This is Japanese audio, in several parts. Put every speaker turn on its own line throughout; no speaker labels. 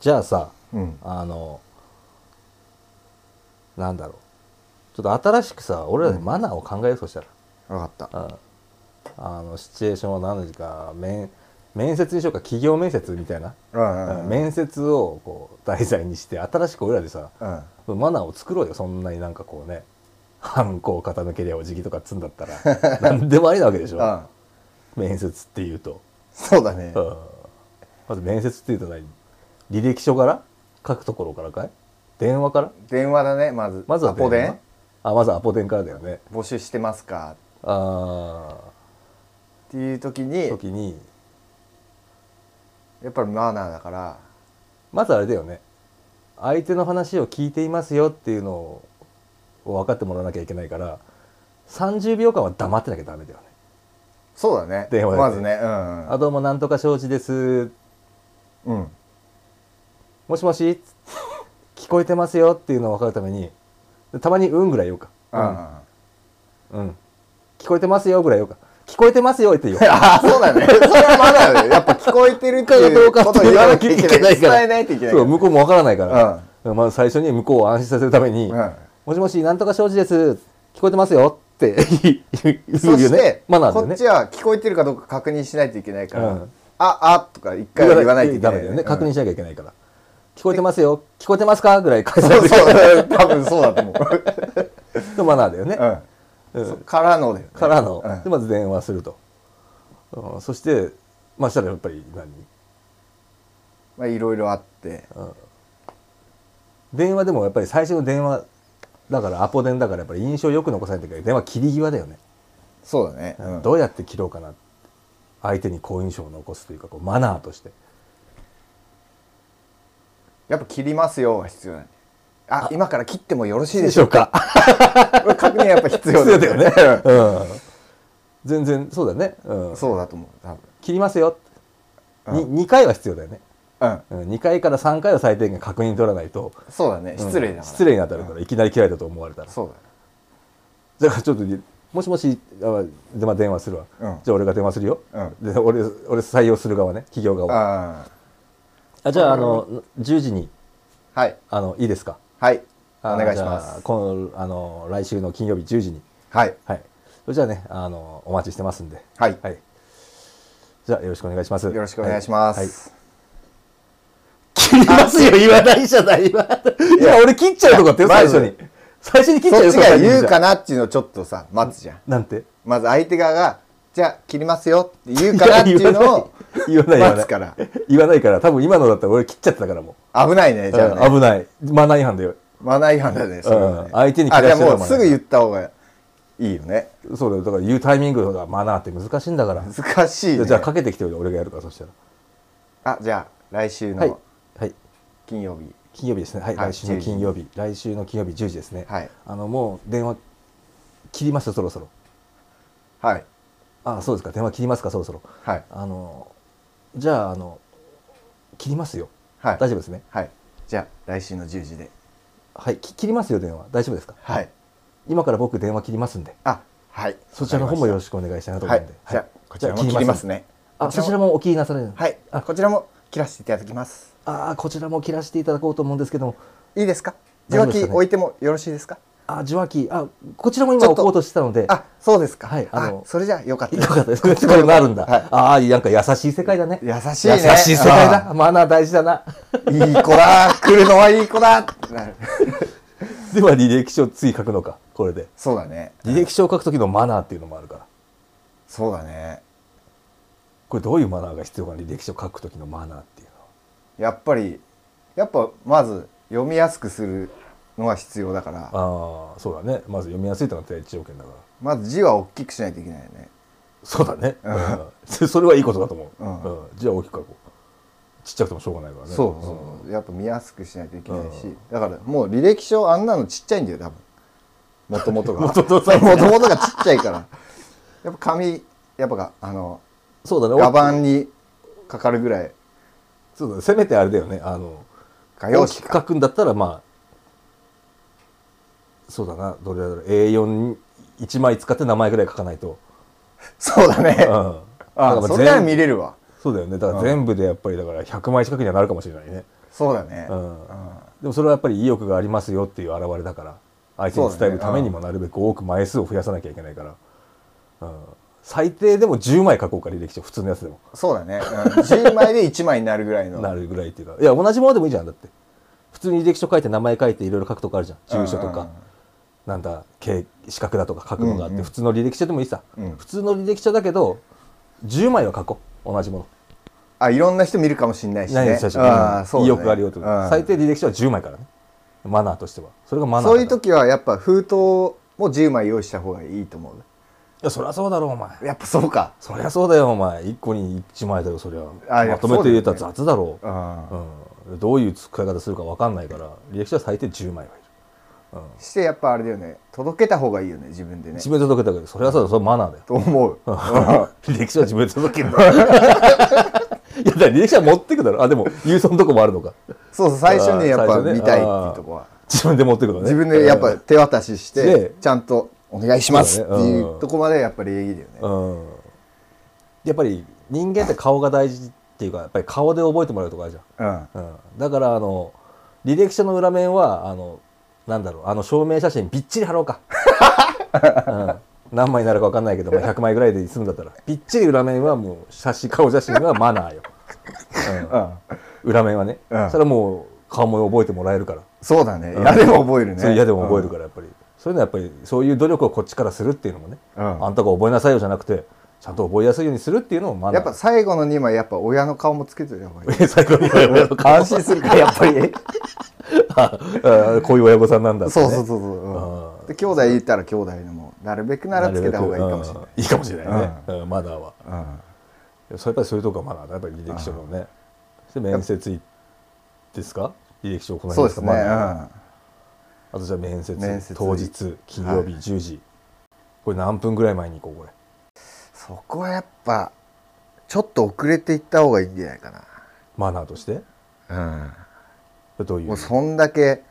じゃあさ
うん
あのなんだろうちょっと新しくさ俺らでマナーを考えようとしたら、
分かった
うんあのシチュエーションは何ですか面面接にしようか企業面接みたいな、
うんうん
面接をこう題材にして新しく俺らでさ
うん
マナーを作ろうよそんなになんかこうねハンコを傾けりゃお辞儀とかっつんだったら 何でもありなわけでしょ、
うん
面接っていうと、
そうだね
うんまず面接っていうと何履歴書から書くところからかい電話から
電話だねまず
まずは
アポ
電
電
話あまずアポ電からだよね
募集してますか
あ
っていう時
あ
に
時に
やっぱりマナーだから
まずあれだよね相手の話を聞いていますよっていうのを分かってもらわなきゃいけないから30秒間は黙ってなきゃダメだよね
そうだね
電話だね
まずねうん
あどうもなんとか承知です
うんうん
もしも し聞こえてますよっていうのを分かるためにたまに「うん」ぐらい言おうか「
あ
うん、うん、聞こえてますよ」ぐらい言おうか「聞こえてますよ」って言おう
あ そうだねそれはマナーだよやっぱ聞こえてるって
か
い
どう
う
か
こと
っ
を
て
言
言わ
わ
な
な
きゃ
きゃ
い
い
け
け
な
ないい
から
伝えないといけない
そう向こうも分からないか
う
ら、まあ、最初に向こうを安心させるために「
んうん
もしもしなんとか承知です聞こえてますよ」って 言
そう
よ
し
ね
て、
マナーだよ
こ
ね
っちは聞こえてるかどうか確認しないといけないから、
うん
あ、あとか一回は言わないといけ
ダ
な
メ
い
だよね。
うん
確認しなきゃいけないから。聞こえてますよ。聞こえてますかぐらい返さな
そ
いうといけ
そう
ない
だね多分そうだと思う。
とマナーだよね。
うん
うん
そうからのだよね。
からの
うん、
でまず電話すると。うんそして、まあしたらやっぱり何
まあいろいろあって、
電話でもやっぱり最初の電話だからアポ電だからやっぱり印象よく残さないといけない。電話切り際だよね。
そうだね。うん
どうやって切ろうかな。相手に好印象を残すというか、こうマナーとして。
やっぱ切りますよが必要だね。あ、今から切ってもよろしい
で
で
し
し
ょ
ょ
うか。
うか。これ確認はやっぱ必 要
必
だ
要だよ ね。
ね。
うん全然、そうだね。う
うんんそうだと思う。多分。
切りますよ。
う
に2回は必要だよね。
うん。
うん、2回から3回は最低限確認取らないと
そうだね。失
う
礼だか
ん
ら。
失礼に当たるから、いきなり嫌いだと思われたら
そうだね。
だからちょっともしもしあで、まあ、電話するわ、
うん
じゃあ俺が電話するよ、
う
で俺俺採用する側ね企業側
あ
あじゃああの10時に
あ。はい。
あのいいですか
はい。お
あ
願いし
じゃ
ま
あ
す。
このあの来週の金曜日10時に
はい。
はいそれじゃあねあのお待ちしてますんで
はい。
はいじゃあよろしくお願いします
よろしくお願いします。
はいはい切りますよ言わないじゃない今いや俺切っちゃうとかってよ
いや
最初に最初に切っちゃう
そっ
よ
ちが言うか
な
なっていうのをちょっとさ待つじゃん
なんて
まず相手側が「じゃあ切りますよ」って言うかなっていうのを
言わない言わない
待つから
言わないから多分今のだったら俺切っちゃってたからも
危ないね
う、
じゃあ、ね
うん危ないマナー違反だよ
マナー違反だねそれはね、
うん相手に切
あ
ら
じ
せる
ゃあ
のは
もうすぐ言った方がいいよね
そうだよだから言うタイミングがマナーって難しいんだから
難しい、ね、
じゃあかけてきておいて俺がやるからそしたら
あじゃあ来週
はい
の
はい
金曜日
金曜日ですねはい、
はい
来週の金曜日来週の金曜日10時ですね
はい
あのもう電話切りますよそろそろ
はい
あそうですか電話切りますかそろそろ
はい
あのじゃああの切りますよ
はい
大丈夫ですね
はいじゃあ来週の10時で
はいき切りますよ電話大丈夫ですか
はい
今から僕電話切りますんで
あはい
そちらの方もよろ
し
しくお願いしたいなと
は
思うん
い
で、
じゃあこちらも切りますね
あ、そちらもお切りなされる。
はい
あ
こちらも切らせていただきます
あー、こちらも切らせていただこうと思うんですけども、
いいですか受
大丈夫
話
ですかね
器置いてもよろしいですか
あ、受話器、あ、こちらも
ち
今
ょっ
置
と
こうとしてたので、
あ、そうですか。
はいあ
あ
の
それじゃあよかっ た
よかったです。こうなるんだ。
はい
ああ、なんか優しい世界だね。
優しいね
優しい世界だ。マナー大事だな。
いい子だ来るのはいい子だってなる
では履歴書次書くのか、これで。
そうだね。
履歴書を書く時のマナーっていうのもあるから。
そうだね。
これどういうマナーが必要かな、履歴書書く時のマナーっていうのは。
やっぱり、やっぱまず読みやすくするのは必要だから、
ああ、そうだね。まず読みやすいというのが第一条件だから。
まず字は大きくしないといけないよね。
そうだね。うん、それはいいことだと思う。
うん
うん、じゃあ大きく書こう。ちっちゃくてもしょうがないからね。
そうそう。やっぱ見やすくしないといけないし、だからもう履歴書あんなのちっちゃいんだよ、多分。もともと が。もともとがちっちゃいから。やっぱ紙、やっぱが、あの、
そうだね。
画板にかかるぐらい、
そうだね。せめてあれだよね。あの、
画用
大
紙
き
か
く書くんだったら、まあ、そうだな。どれだろう。A4、1枚使って名前ぐらい書かないと。
そうだ
う
ね
ん。。だから
あ、
まあ
それなら
全
見れるわ。
そうだよね。だから全部でやっぱり、だから100枚近くにはなるかもしれないね。
そうだね、
うん
うん
でもそれはやっぱり意欲がありますよっていう表れだから相手に伝えるためにもなるべく多く枚数を増やさなきゃいけないから、うん、最低でも10枚書こうか履歴書普通のやつでも
そうだね、うん、10枚で1枚になるぐらいの
なるぐらいっていうかいや同じものでもいいじゃんだって普通に履歴書書いて名前書いていろいろ書くとこあるじゃん住所と
うん
か、なんだ経資格だとか書くのがあって、
うんうん
普通の履歴書でもいいさ、
うん
普通の履歴書だけど10枚は書こう同じもの
あいろんな人見るかもしれないし
何
ね
より最初に
あーそうだね
意欲があるよと、
うん
最低履歴書は10枚からねマナーとしてはそれがマナーだ
そ
か
う
ら
いう時はやっぱ封筒も10枚用意した方がいいと思う
いやそりゃそうだろお前
やっぱそうか
そりゃそうだよお前1個に1枚だよそり
あ
ゃ
いや
まとめて入れたら雑だろう
うん
うん、どういう使い方するか分かんないから履歴書は最低10枚はいる
してやっぱあれだよね届けた方がいいよね自分でね
自分で届けたけどそれはそうだそれマナーだよ
と思う
履歴書は自分で届けるんだいやだから履歴書は持ってくだろあでも郵送のとこもあるのか
そうそう最初にやっぱ
あー最初ね
見たいっていうとこは
自分で持ってくのね
自分でやっぱ手渡しし
で
てちゃんとお願いしますって
そうだね
い
うん
うとこまでやっぱり礼儀だよね
うん、やっぱり人間って顔が大事っていうかやっぱり顔で覚えてもらうとこあるじゃん
うん
うん、だからあの履歴書の裏面はあのなんだろうあの証明写真びっちり貼ろう か、うん、何枚になるか分かんないけど、まあ、100枚ぐらいで済むんだったらびっちり裏面はもう写真顔写真はマナーよ、
うん
うん、裏面はね、
うん
それはもう顔も覚えてもらえるから、
そうだね嫌でも覚えるね
それ嫌でも覚えるからやっぱり、そういうのはやっぱりそういう努力をこっちからするっていうのもね、
うん
あんたが覚えなさいよじゃなくてちゃんと覚えやすいようにするっていうのもマナー
や っぱ最後の2枚やっぱ親の顔もつけてるやばいい
最後に親の顔
安心するからやっぱり
あこういう親御さんなんだって、ね、
そうそうそうそう、うん、で兄弟いたら兄弟のもなるべくならつけた方がいいかもしれない
いいかもしれないね、うんマナーは
うん
それやっぱりそういうとこがマナーだやっぱり履歴書のねそして面接いですか履歴書をこの
そう
辺
で
ですす
ね、
か
う
マナー
ん、
あとじゃあ面接
面接
当日金曜日10時、これ何分ぐらい前に行こうこれ
そこはやっぱちょっと遅れていった方がいいんじゃないか
マナーとして
な、
どういう
もうそんだけ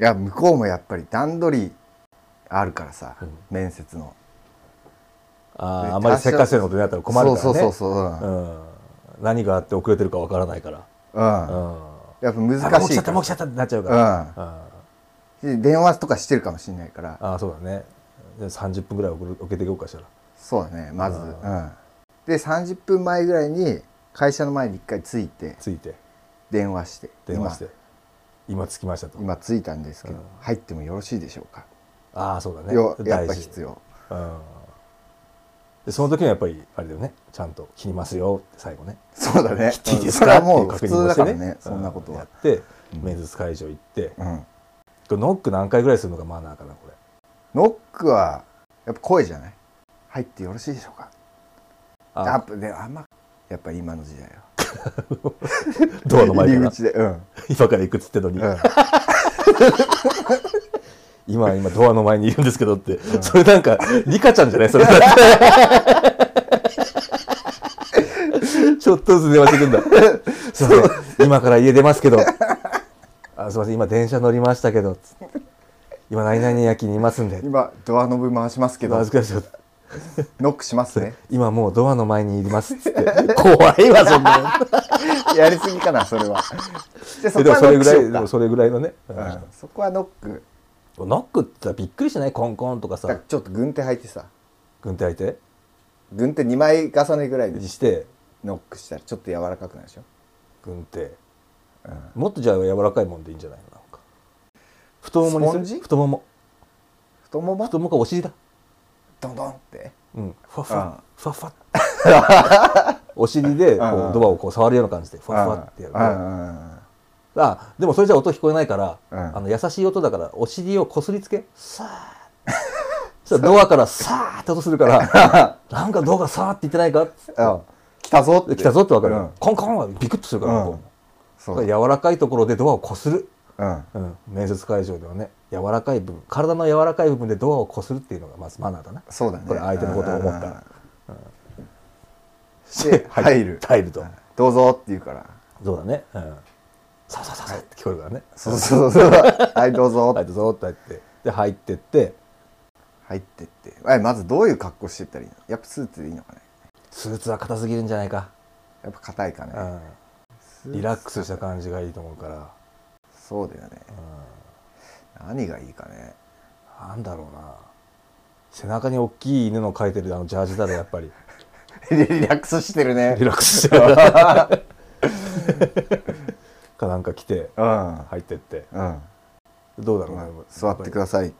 いや向こうもやっぱり段取りあるからさ、
うん
面接の
あーあまりせっかちなことになったら困るからね
そうそうそうそう、うん
うん、何があって遅れてるかわからないから、うん
やっぱ難
あもう来ち
しい
ゃった
か
も
ら
う来ちゃったってなっちゃうから、うん
で電話とかしてるかもしれないから
ああそうだねじゃあ30分ぐらい遅れ遅れていこうかしたら
そうだねまず、
う
うんんで30分前ぐらいに会社の前に一回着いて
ついて
電話して
電話して今着きましたと
今今着いたんですけど、
うん
入ってもよろしいでしょうか、
ああそうだね
よ
大事
やっぱ必要
うんでその時にはやっぱりあれだよねちゃんと切りますよって最後ね
そうだね
切っていいです
それ
かっ
は
てい
も
う
う
確
普
認
通
を
だ
して
から
ね
ねそんなこと
うや
は
って面接会場行ってこ
うん
れノック何回ぐらいするのがマナーかなこれ
ノックはやっぱ声じゃない入ってよろしいでしょうかや
あ
っぱねあんまやっぱ今の時代は
ドアの前か
入り
ら
口でうん
今から行くっつってのに
うん
今今ドアの前にいるんですけどってそれなんかリカちゃんじゃないそ れちょっとずつ電話してくんだすいません今から家出ますけどあすいません今電車乗りましたけどつって今何々駅にいますんで
今ドアノブ回しますけど
恥ずかしいです
ノックしますね
今もうドアの前にいますっつ って怖いわそんなの
やりすぎかなそれ はでそ
で
こ
もそ
はノ
れ
ッ
ぐ
ク
らい
し
で
ようか
もそれぐらいのね、うん
うんそこはノック
ノックって言ったらびっくりしないコンコンとか
だから
さ
ちょっと軍手履いてさ
軍手相手
軍手2枚重ねぐらいで
にして
ノックしたらちょっと柔らかくなるでしょ
軍手、もっとじゃあ柔らかいもんでいいんじゃないのなんか太ももにする
スポンジ
太もも
太もも
太ももかお尻だ
ドンドンって
うんふわふ
あ
わふわふわ お尻でこう
ああ
ドアをこう触るような感じでふわふわってやる
うん
ああでもそれじゃ音聞こえないから、
うん
あの優しい音だからお尻をこすりつけさあそしたらドアからさあって音するからなんかドアがさあって言ってないかっつって
うんうん来たぞって
来たぞってわかる、
うん
コンコンはビクッとするから、
うん
こ
そうう
だから柔らかいところでドアをこする
うん
うん、面接会場ではね柔らかい部分体の柔らかい部分でドアをこするっていうのがまずマナーだな
そうだね
これ相手のことを思ったら
うんで入る
入ると
どうぞって言うから
そうだねうんさあさあさあさあって聞こえるからね
そうそうそうはいどうぞ
入ってぞーって入ってで入ってって
入ってってあまずどういう格好してったらいいのやっぱスーツでいいのかね
スーツは硬すぎるんじゃないか
やっぱ硬いか
う
ね
んリラックスした感じがいいと思うから
そうだよね、何がいいかね
なんだろうな背中に大きい犬の描いてるあのジャージだろやっぱり
リラックスしてるね
リラックス してるかなんか来て
うん
入ってって
うん
どうだろうな、
座ってく
だ
ださい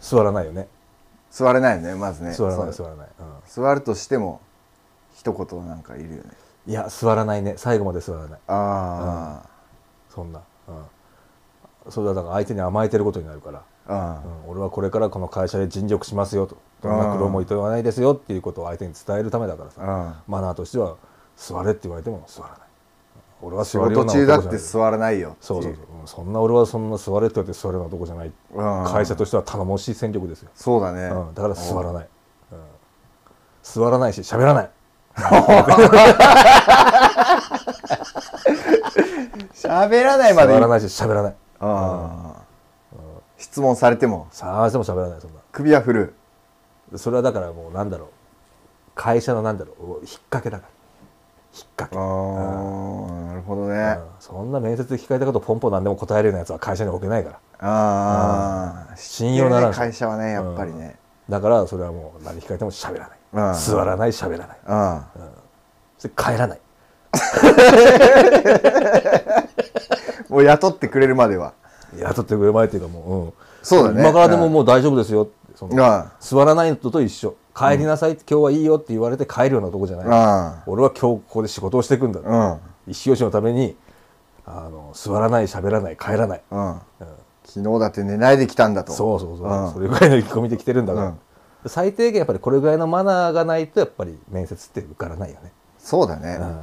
座らないよね
座れないよねまずね
座らない
そ
座
う
らない、うん
座るとしても一言なんかいるよね
いや座らないね最後まで座らない
あ
そんな、うん、それはだから相手に甘えてることになるから、
あ、うん
うん、俺はこれからこの会社で尽力しますよとどんな苦労もいとわないですよっていうことを相手に伝えるためだからさ
うん
マナーとしては座れって言われても座らないうん俺は
仕
座るような
事中だっ
男じ
て
ゃない
座らないよってい
そうそうそう、うん、そんな俺はそんな座れって言われて座るようなとこじゃない
うん
会社としては頼もしい戦力ですよ、
そうだね、
うん、だから座らない、うん、座らないし喋らない
喋らないま
座
で
らないし喋らない
うん質問されても
さあでも喋らないそんな
首は振る
それはだからもうなんだろう会社のなんだろう引っ掛けだから引っ掛け、
ああなるほどね
うんそんな面接で聞かれたことポンポン何でも答えるようなやつは会社に置けないから
ああ
信用ならん
会社はねやっぱりね
だからそれはもう何聞かれても喋らない、
うん
座らない喋らない
うん
そして帰らない
もう雇ってくれるまでは
雇ってくれまいっていうかもう、
そうだ
ん、
ね
今からでももう大丈夫ですよってその
うん
座らないのと一緒帰りなさい、今日はいいよって言われて帰るようなとこじゃない、
う
俺は今日ここで仕事をしていくんだ、
んうん
一押しのためにあの座らない喋らない帰らない、
うん
うん
昨日だって寝ないで来たんだと
そうそうそう、
うん
それぐらいの意気込みで来てるんだから、
うん
最低限やっぱりこれぐらいのマナーがないとやっぱり面接って受からないよね
そうだね
うん
うん